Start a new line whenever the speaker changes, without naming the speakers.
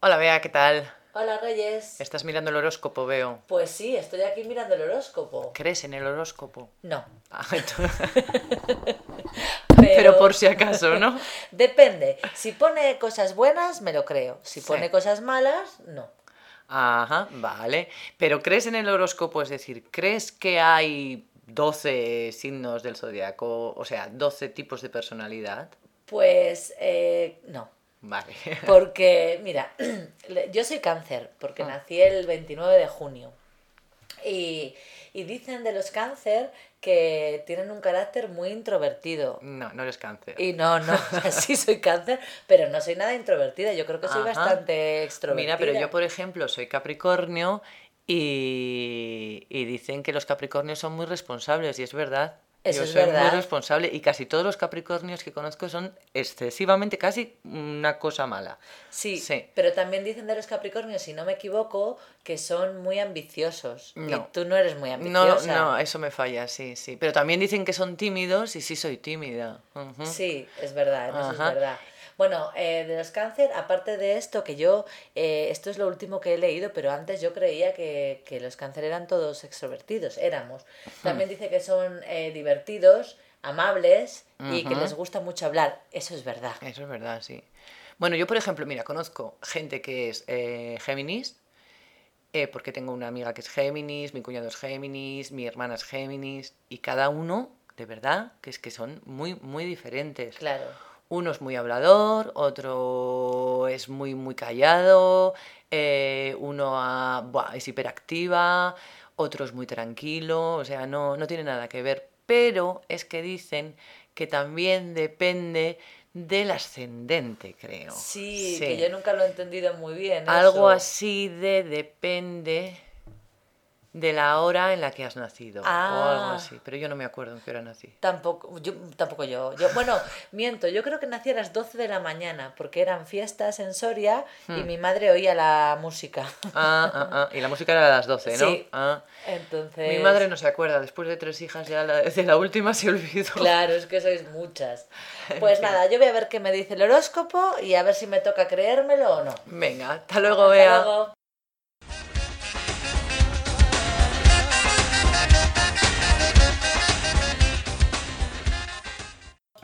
Hola Bea, ¿qué tal?
Hola Reyes.
Estás mirando el horóscopo, veo.
Pues sí, estoy aquí mirando el horóscopo.
¿Crees en el horóscopo?
No.
Ah, entonces- Pero por si acaso, ¿no?
Depende. Si pone cosas buenas, me lo creo. Si
Sí.
pone cosas malas, no.
Ajá, vale. Pero ¿crees en el horóscopo? Es decir, ¿crees que hay 12 signos del zodiaco? O sea, 12 tipos de personalidad.
Pues eh, no.
Vale.
Porque, mira, le- yo soy cáncer, porque
Ah.
nací el 29 de junio. Y, y dicen de los cáncer que tienen un carácter muy introvertido.
No, no eres cáncer.
Y no, no, o sea, sí soy cáncer, pero no soy nada introvertida. Yo creo que soy
Ajá.
bastante extrovertida.
Mira, pero yo, por ejemplo, soy Capricornio y, y dicen que los Capricornios son muy responsables, y es verdad.
Eso
yo
es
soy muy
verdad.
responsable y casi todos los Capricornios que conozco son excesivamente, casi una cosa mala.
Sí,
Sí.
pero también dicen de los Capricornios, si no me equivoco, que son muy ambiciosos.
No.
Y tú no eres muy
No,
ambiciosa.
no, eso me falla, sí, sí. Pero también dicen que son tímidos y sí soy tímida. Ujú.
Sí, es verdad, en eso es
Ajá.
verdad. Bueno, eh, de los cáncer, aparte de esto, que yo, eh, esto es lo último que he leído, pero antes yo creía que, que los cáncer eran todos extrovertidos, éramos. También
Hmm.
dice que son eh, divertidos, amables y que
Ujú.
les gusta mucho hablar. Eso es verdad.
Eso es verdad, sí. Bueno, yo por ejemplo, mira, conozco gente que es eh, Géminis, eh, porque tengo una amiga que es Géminis, mi cuñado es Géminis, mi hermana es Géminis, y cada uno, de verdad, que es que son muy, muy diferentes.
Claro.
Uno es muy hablador, otro es muy, muy callado, eh, uno ah, buah, es hiperactiva, otro es muy tranquilo, o sea, no, no tiene nada que ver. Pero es que dicen que también depende del ascendente, creo.
Sí,
Sí.
que yo nunca lo he entendido muy bien.
Algo
eso.
así de depende de la hora en la que has nacido, o algo
Ah.
así. Pero yo no me acuerdo en qué hora nací.
Tampoco yo, tampoco yo, yo. Bueno, miento, yo creo que nací a las 12 de la mañana, porque eran fiestas en Soria
Hmm.
y mi madre oía la música.
Ah, ah, ah, Y la música era a las 12, ¿no?
Sí.
Ah.
Entonces.
Mi madre no se acuerda, después de tres hijas ya la, de la última se olvidó.
Claro, es que sois muchas. Pues nada, yo voy a ver qué me dice el horóscopo y a ver si me toca creérmelo o no.
Venga, hasta luego,
Hasta
Bea.
luego.